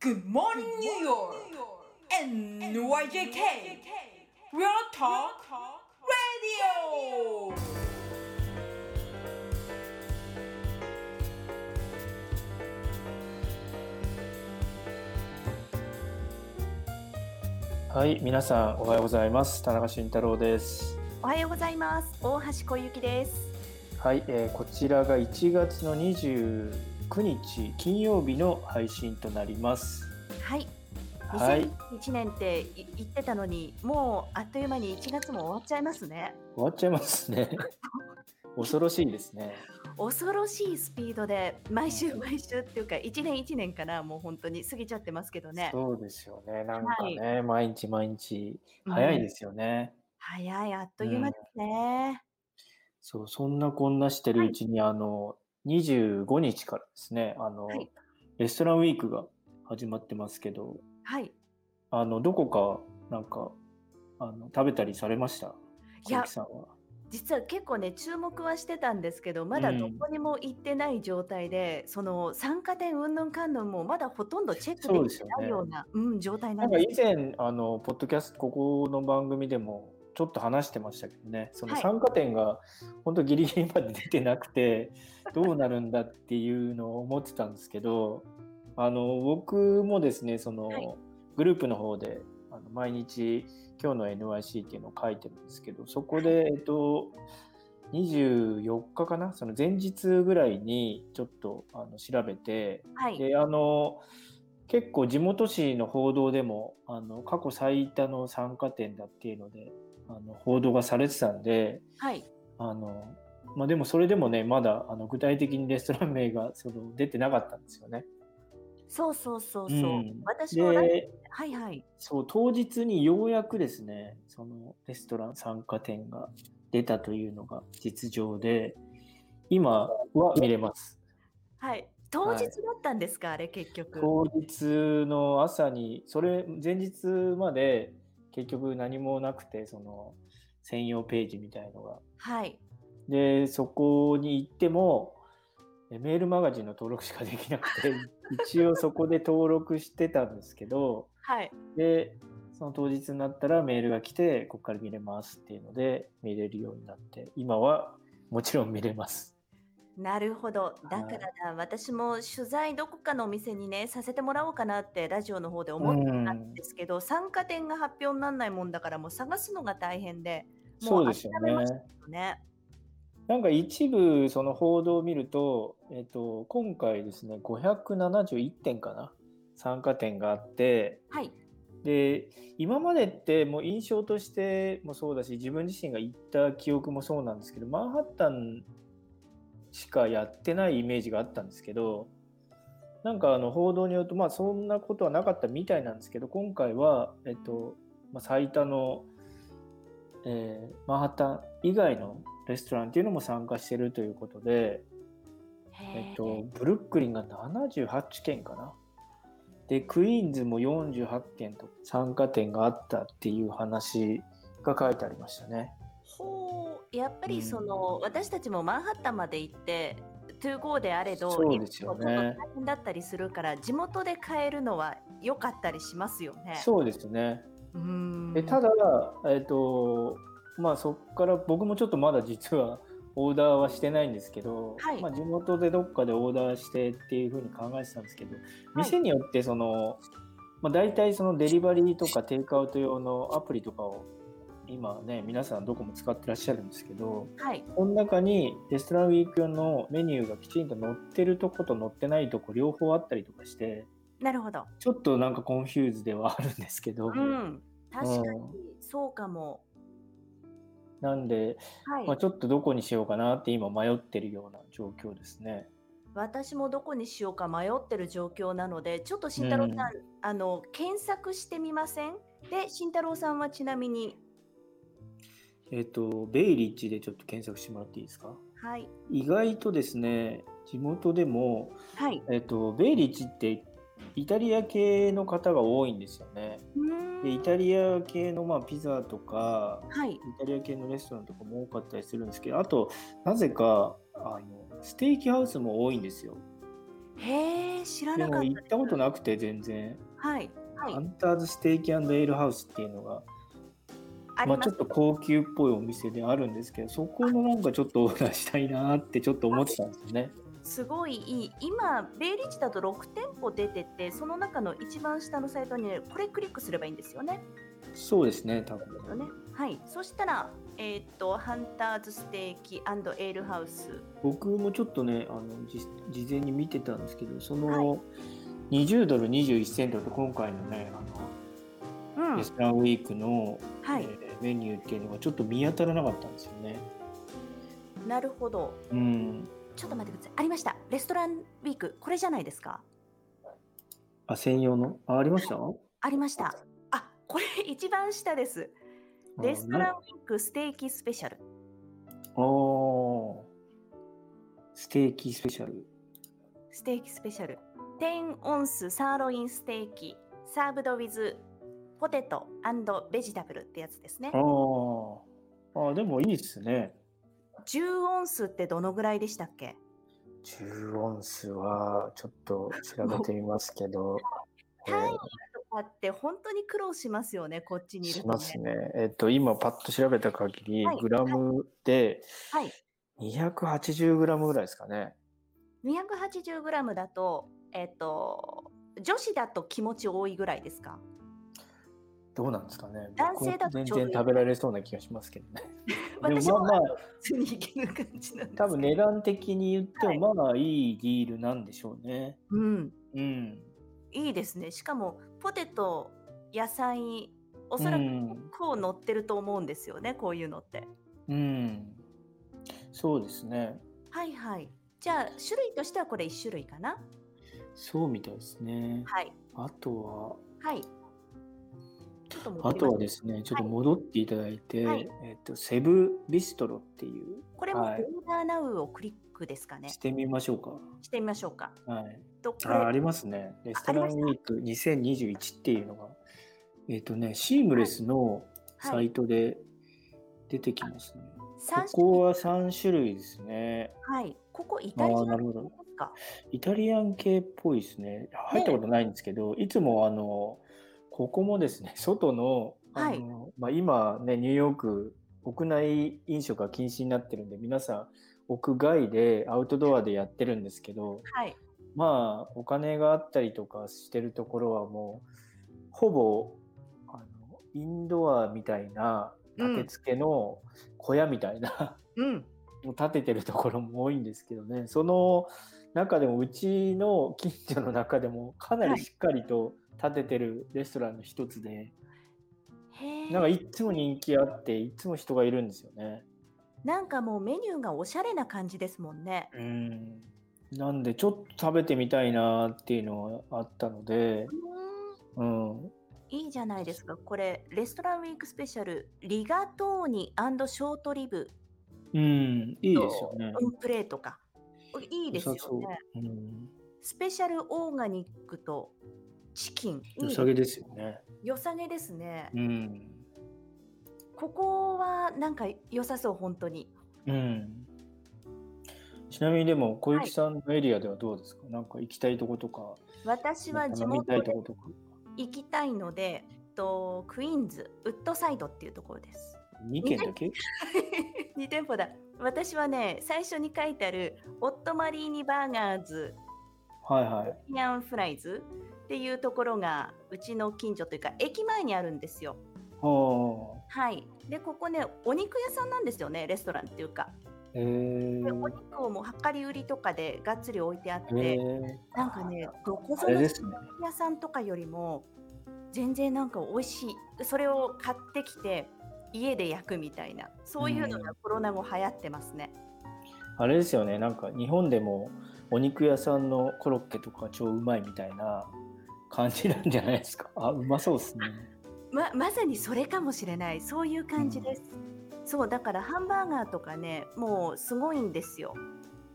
Good morning, New York! NYJK! Real Talk Radio! はい、皆さんおはようございます。田中慎太郎です。おはようございます。大橋小雪です。はい、えーこちらが1月の29日金曜日の配信となります。はい。はい、 2001年ってい言ってたのに、もうあっという間に1月も終わっちゃいますね。終わっちゃいます ね。恐ろしいですね。恐ろしいスピードで毎週毎週っていうか1年1年からもう本当に過ぎちゃってますけどね。。そうですよね。なんかね、毎日毎日早いですすよね。早いあっという間ですね。そう、そんなこんなしてるうちに、あの25日からですね、あの、はいレストランウィークが始まってますけど、はい。あのどこかなんかあの食べたりされました？い小や雪さんは。実は結構ね注目はしてたんですけどまだどこにも行ってない状態で、その参加点うんぬんかんぬんもまだほとんどチェックそうでできすてよねないようなうん、状態ななんんかです以前あのポッドキャストここの番組でもちょっと話してましたけどね、そのはい参加点が本当ギリギリまで出てなくてどうなるんだっていうのを思ってたんですけど、あの僕もですねその、はいグループの方であの毎日今日の NYC っていうのを書いてるんですけど、そこでえっと24日かなその前日ぐらいにちょっとあの調べてはい。であの結構地元紙の報道でもあの過去最多の参加店だっていうのであの報道がされてたんではい。あの、まあ、でもそれでもねまだあの具体的にレストラン名がその出てなかったんですよね。そうそうそうそう。うん私もライではいはい。そう当日にようやくですねそのレストラン参加店が出たというのが実情で今は見れます。はい。当日だったんですか、あれ結局。当日の朝にそれ前日まで結局何もなくてその専用ページみたいのがはい。でそこに行ってもえメールマガジンの登録しかできなく て一応そこで登録してたんですけどはい。でその当日になったらメールが来てここから見れますっていうので見れるようになって今はもちろん見れます。なるほど。だからだ、私も取材どこかのお店にね、させてもらおうかなってラジオの方で思ってたんですけど、参加店が発表にならないもんだから、もう探すのが大変で、もそうですよ諦めまねし。たよね。なんか一部その報道を見ると、えっと、今回ですね571点かな参加点があってはい。で今までってもう印象としてもそうだし自分自身が行った記憶もそうなんですけどマンハッタンしかやってないイメージがあったんですけどなんかあの報道によると、まあ、そんなことはなかったみたいなんですけど今回は、えっとまあ、最多の、えーマンハッタン以外のレストランっていうのも参加してるということで。えへっーと、ブルックリンが78件かな。で、クイーンズも48件と参加点があったっていう話が書いてありましたね。ほうやっうぱんりその、私たちもマンハッタンまで行って25であれどそうですよねちょっと大変だったりするから地元で買えるのは良かったりしますよね。そうですね。うーんでただ、えっと、まあそこから僕もちょっとまだ実はオーダーはしてないんですけど、はいまあ地元でどっかでオーダーしてっていうふうに考えてたんですけど、店によってその、まあ、大体そのデリバリーとかテイクアウト用のアプリとかを今ね皆さんどこも使ってらっしゃるんですけどはいこの中にレストランウィーク用のメニューがきちんと載ってるとこと載ってないとこ両方あったりとかしてなるほど、ちょっとなんかコンフューズではあるんですけど、うん、確かにそうかも、なんで、はいまあ、ちょっとどこにしようかなって今迷ってるような状況ですね。私もどこにしようか迷ってる状況なのでちょっと慎太郎さん、あの検索してみませんで慎太郎さんはちなみにえっ、とベイリッジでちょっと検索してもらっていいですかはい意外とですね地元でもはいえっと、ベイリッチってイタリア系の方が多いんですよね。うーんでイタリア系のまあピザとかはいイタリア系のレストランとかも多かったりするんですけどあとなぜかあのステーキハウスも多いんですよ。へえ、知らでなかっもた行ったことなくて全然、はい。はいハンターズステーキエールハウスっていうのがありまあ、まちすょっと高級っぽいお店であるんですけどそこのなんかちょっとオーダーしたいなーってちょっと思ってたんですよね。すごいいい今ベイリッジだと6店舗出ててその中の一番下のサイトにねこれクリックすればいいんですよね。そうですね多よ分ねはい、そしたら、えーっとハンターズステーキエールハウス僕もちょっとねあのじ事前に見てたんですけどその、は20ドル21セントと今回のねうあのんレスラーウィークの、はえいーメニューっていうのがちょっと見当たらなかったんですよね。なるほどうん、ちょっと待ってくださいありましたレストランウィークこれじゃないですかあ専用のあありましたありましたあこれ一番下ですレストランウィークステーキスペシャルあーステーキスペシャル。ステーキスペシャル10オンスサーロインステーキサーブドウィズポテトベジタブルってやつですねあーあーでもいいっすね。 10オンスってどのぐらいでしたっけ10オンスはちょっと調べてみますけど、え 単位とかって本当に苦労しますよね、こっちーにいるしと、ね。ますね。えっ、と、今パッと調べた限り、はいグラムではい280グラムぐらいですかね。 280g だと、えっ、と、女子だと気持ち多いぐらいですかどうなんですかね。男性だと僕ちょうどい全然い食べられそうな気がしますけどね。 私でももまあまあ、普通にいける感じなんですけど多分値。段的に言ってはいも、まあいいディールなんでしょうね。うん。うん。いいですね。しかも、ポテト、野菜、おそらくうん結構乗ってると思うんですよね、こういうのって。うん。そうですね。はいはい。じゃあ、種類としてはこれ1種類かなそうみたいですね。はい。あとは、はい。ちょっと戻ありますとはですね、ちょっとはい戻っていただいて、はいえっと、セブビストロっていう、これもオはいーダーナウをクリックですかね。してみましょうしてみましょうか。か。はい。とこあれー、ありますね。レストランウィーク2021っていうのが、えっとね、シームレスのサイトで出てきますね。三ここ種は3種類ですね。類はい、ここイあタリアーンなるほど。ですか。イタリアン系っぽいですね。入ったことないんですけど、いつもあの、ここもですね、 外の、あのまあ、今ね、ニューヨーク、屋内飲食が禁止になってるんで、皆さん、屋外で、アウトドアでやってるんですけど、はい、まあ、お金があったりとかしてるところはもう、ほぼ、あのインドアみたいな、うん建て付けの小屋みたいな、うん、もう建ててるところも多いんですけどねその中でもうちの近所の中でもかなりしっかりと建ててるレストランの一つで、へえ。なんかいつも人気あっていつも人がいるんですよね。なんかもうメニューがおしゃれな感じですもんね。うんなんでちょっと食べてみたいなっていうのはあったので、うん、いいじゃないですか。これレストランウィークスペシャルリガトーニショートリブうん、いいですよね。オンプレートか。これいいですよ良さそうね。うん、スペシャルオーガニックとチキン。いい良さげですよね。良さげですね。うん、ここはなんか良さそう本当に。うん。ちなみにでも小雪さんのエリアではどうですか、なんか行きたいとことか私は地飲みた元いとでことか。行きたいので、えっとクイーンズウッドサイドっていうところです。 2軒だけ2店舗だ。私はね、最初に書いてあるオットマリーニバーガーズ、はいはい。イアンフライズっていうところがうちの近所というか駅前にあるんですよ。ははい。で、ここね、お肉屋さんなんですよね、レストランっていうか。あ。へえでお肉をもう量り売りとかでがっつり置いてあって、へえなんかね、どこあぞれのですね。屋さんとかよりも全然なんか美味しいそれを買ってきて家で焼くみたいなそういうのがコロナ後流行ってますね、あれですよね。なんか日本でもお肉屋さんのコロッケとか超うまいみたいな感じなんじゃないで すか。あ、うまそうですね。ままさにそれかもしれないそういう感じです、そうだからハンバーガーとかねもうすごいんですよ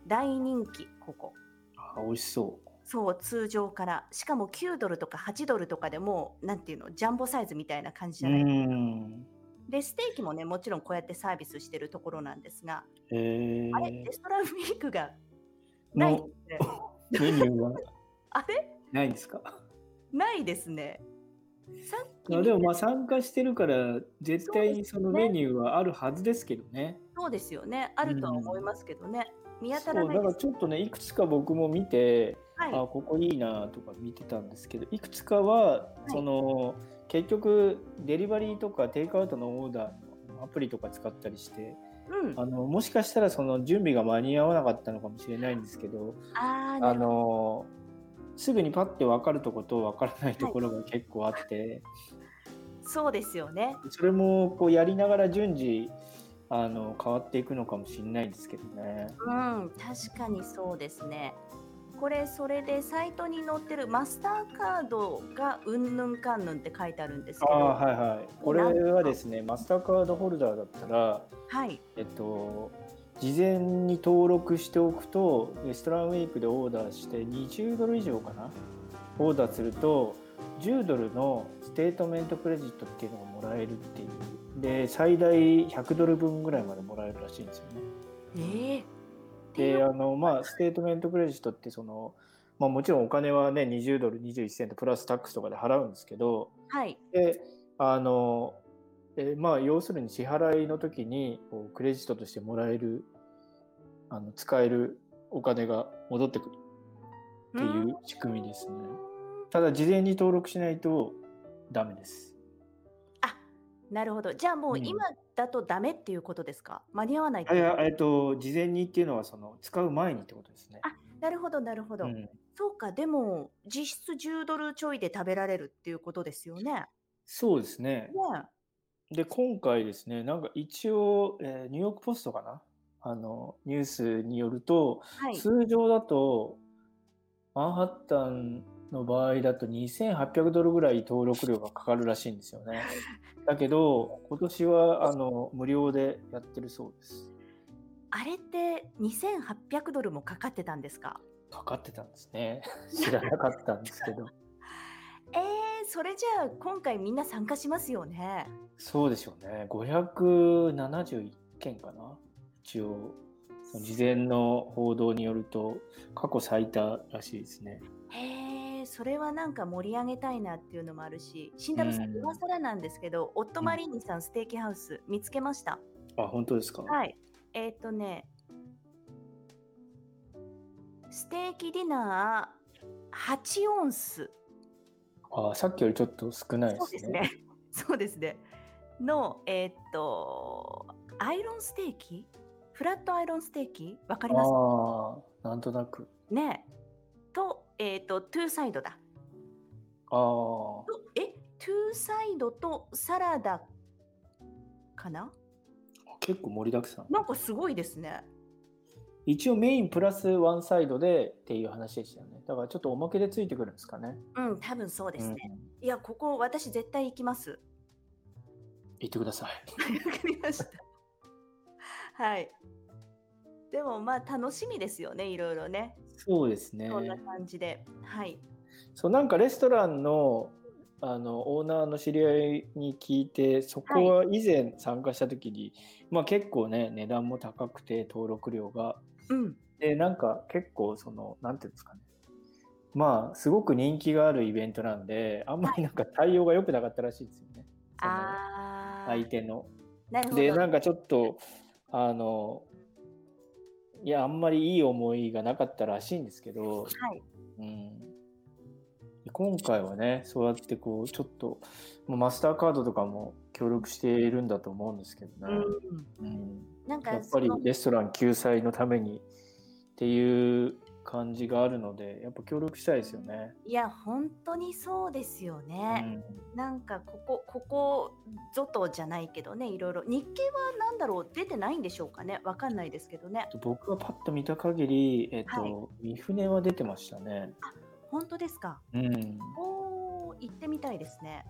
大人気ここあ、美味しそう。そう通常からしかも9ドルとか8ドルとかでもうなんていうのジャンボサイズみたいな感じじうゃない、ん。でステーキもねもちろんこうやってサービスしてるところなんですが、へえあれレストランウィークがないののでメニューはあれないんですかないですね。さっきまあ見でてもまあ参加してるから絶対にそのメニューはあるはずですけどね。そうですよね。あるとは思いますけどね。見当たらそうだないからです。ちょっとねいくつか僕も見て、はい。あここいいなとか見てたんですけどいくつかはその、結局デリバリーとかテイクアウトのオーダーのアプリとか使ったりしてうん。あのもしかしたらその準備が間に合わなかったのかもしれないんですけどああ、なあるほど。のすぐにパッて分かるとこと分からないところが結構あって。そうですよね。それもこうやりながら順次あの変わっていくのかもしれないですけどね。うん。確かにそうですね。これ、それでサイトに載ってるマスターカードがうんぬんかんぬんって書いてあるんですけああど、ははいはい。これはですねマスターカードホルダーだったら、い。えっと、事前に登録しておくとレストランウェイクでオーダーして20ドル以上かなオーダーすると10ドルのステートメントクレジットっていうのがもらえるっていうで最大100ドル分ぐらいまでもらえるらしいんですよね。ええっていでうあのまあステートメントクレジットってその、まあ、もちろんお金はね20ドル21セントプラスタックスとかで払うんですけどはい。であのえーまあ要するに支払いの時にこうクレジットとしてもらえるあの使えるお金が戻ってくるってうんいう仕組みですね、ただ事前に登録しないとダメですなるほど。じゃあもううん今だとダメっていうことですか、間に合わないっていいうやえっと事前にっていうのはその使う前にってことですねあなるほど、なるほど。うんそうか、でも実質10ドルちょいで食べられるっていうことですよね。ねそうですねで今回ですねなんか一応、えーニューヨーク・ポストかなあのニュースによると、はい。通常だとマンハッタンの場合だと2800ドルぐらい登録料がかかるらしいんですよ ねだけど今年はあの無料でやってるそうですあれって2800ドルもかかってたんですかかかってたんですね 知らなかったんですけどえー、それじゃあ今回みんな参加しますよね。そうでしょうね571件かな一応その事前の報道によると過去最多らしいですねへえ、それはなんか盛り上げたいなっていうのもあるし、慎太郎さん、うん今更なんですけど、オットマリーニさんステーキハウス見つけました。あ本当ですか、はい。えっ、とね、ステーキディナー8オンス。あさっきよりちょっと少ないでそうですすねね。 そうですね。の、えっ、と、アイロンステーキフラットアイロンステーキわかりますああなんとなくねと、えっ、と、トゥーサイドだ。ああとえ、トゥーサイドとサラダかな結構盛りだくさんなんかすごいですね。一応メインプラスワンサイドでっていう話でしたよねだからちょっとおまけでついてくるんですかねうん、多分そうですね。うんいや、ここ私絶対行きます。言ってくださいわかりました。 はい。でもまあ楽しみですよね、いろいろね。そうですねこんな感じで。はい。そうなんかレストランのあのオーナーの知り合いに聞いてそこは以前参加した時に、まあ結構ね値段も高くて登録料がうん。でなんか結構そのなんていうんですかねまあすごく人気があるイベントなんであんまりなんか対応が良くなかったらしいですよね、そのああ相。手のなるほど。でなんかちょっとあのいやあんまりいい思いがなかったらしいんですけど、はい。うん、今回はねそうやってこうちょっとまあマスターカードとかも協力しているんだと思うんですけどね、ううん、ん。なんやかっぱりそのレストラン救済のためにっていう感じがあるのでやっぱ協力したいですよね。いや本当にそうですようね。んなんかここここぞとじゃないけどね、いろいろ日経はなんだろう出てないんでしょうかね。わかんないですけどね。僕がパッと見た限り、えっとは三船は出てましたね。本当ですか。うん、おお行ってみたいですね。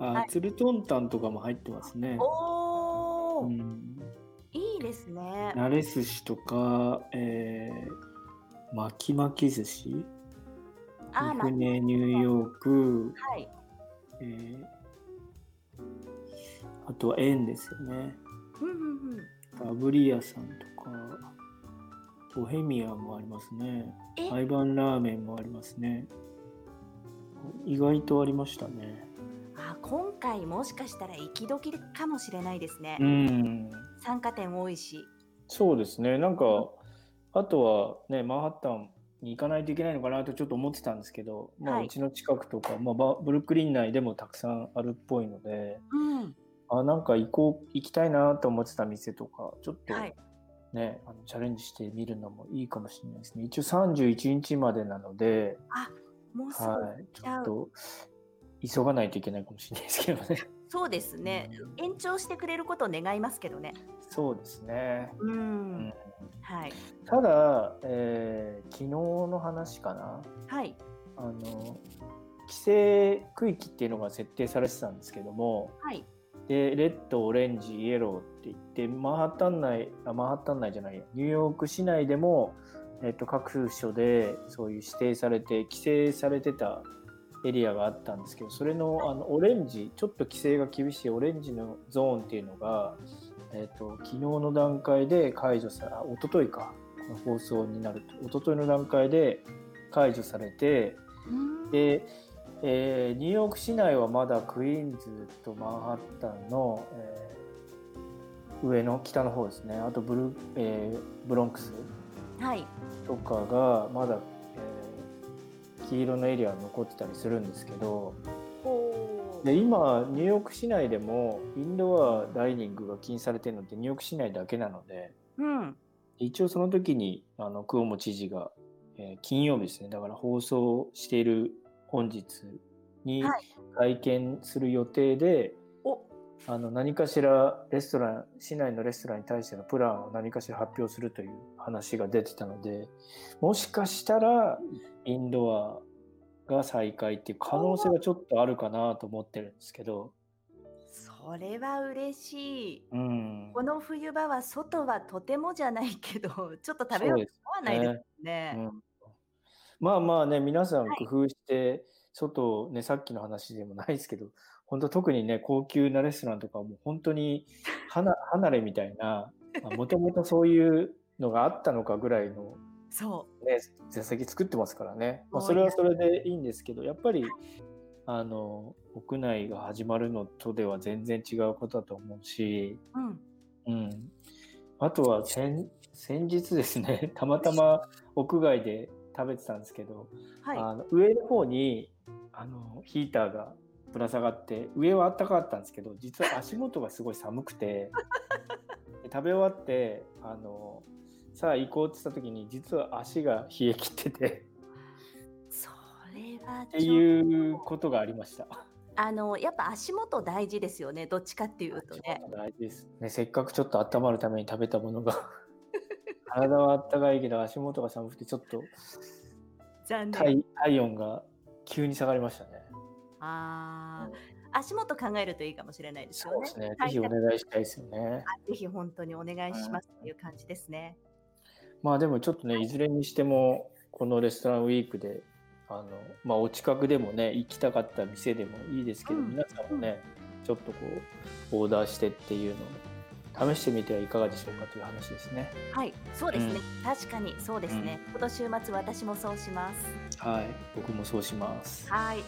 あ、はいツルトンタンとかも入ってますね。おお、うん、いいですね。慣れ寿司とか、えー、巻き巻き寿司、あー三まあ船ニューヨーク、はい。えー、あとは円ですよね。うんうんうん。ガブリアさんとか、ボヘミアンもありますねえ。アイバンラーメンもありますね。意外とありましたね。あ今回もしかしたら行き時かもしれないですね、うん。参加店多いしそうですね。なんか、あとはね、マンハッタンに行かないといけないのかなとちょっと思ってたんですけど、まあ、はいうちの近くとか、まあ、バブルックリン内でもたくさんあるっぽいので、うんあ、なんか行こう、行きたいなと思ってた店とか、ちょっとはいね、あのチャレンジしてみるのもいいかもしれないですね。一応31日までなので、もうすぐ、はい、ちちゃょうっと急がないといけないかもしれないですけどね。そうですね延長してくれることを願いますけどねそうですね。うん、んはいただ、えー昨日の話かな。はいあの規制区域っていうのが設定されてたんですけどもはいでレッドオレンジイエローって言ってマンハッタン内あマンハッタン内じゃないやニューヨーク市内でも、えっと各所でそういう指定されて規制されてたエリアがあったんですけどそれのあのオレンジちょっと規制が厳しいオレンジのゾーンっていうのが、えっと昨日の段階で解除さあ一昨日かこの放送になると一昨日の段階で解除されてうんで、えーニューヨーク市内はまだクイーンズとマンハッタンの、えー上の北の方ですねあとブルー、えーブロンクスはいとかがまだ、えー黄色のエリアが残ってたりするんですけどおで今ニューヨーク市内でもインドアダイニングが禁止されてるのってニューヨーク市内だけなのでうん一応その時にあのクオモ知事が、えー金曜日ですねだから放送している本日には会見する予定で、おあの何かしらレストラン市内のレストランに対してのプランを何かしら発表するという話が出てたのでもしかしたらインドアが再開っていう可能性がちょっとあるかなと思ってるんですけど。それは嬉しいうんこの冬場は外はとてもじゃないけど、 ちょっと食べようと思わないですね。うんまあまあね皆さんはい工夫して外をねさっきの話でもないですけど本当特にね高級なレストランとかはもう本当に離離れみたいなもともとそういうのがあったのかぐらいの、そね、座席作ってますからね、まあ、そうそれはそれでいいんですけどやっぱりあの屋内が始まるのとでは全然違うことだと思うし。う。うん。うん、あとは先先日ですね たまたま屋外で食べてたんですけど、はあの上の方にあのヒーターがぶら下がって上はあったかかったんですけど実は足元がすごい寒 くてで食べ終わってあのさあ行こうって言った時に実は足が冷え切っててい。それはってちょっいうことがありました。とあの、やっぱ足元大事ですよね。どっちかっていうとね。大事です、ね。せっかくちょっと温まるために食べたもの が体は温かいけど足元が寒くてちょっと残念。体体温が急に下がりましたね。ああ。足元考えるといいかもしれないですよそうね。ですね。ぜ対ひお策願いしたいですよね。あぜひ本当にお願いしますっていう感じですね。まあでもちょっとねいずれにしてもこのレストランウィークであのまあお近くでもね行きたかった店でもいいですけど、うん皆さんもねちょっとこうオーダーしてっていうのを試してみてはいかがでしょうかという話ですね。はい。そうですね。う確かにそうですね。この週末私もそうします。はい、僕もそうします。はい。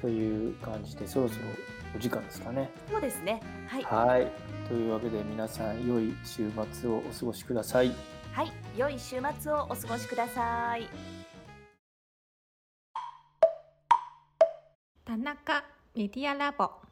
という感じでそろそろお時間ですかね。そうですね。はい。はいというわけで皆さん良い週末をお過ごしください。はい。良い週末をお過ごしください。田中メディアラボ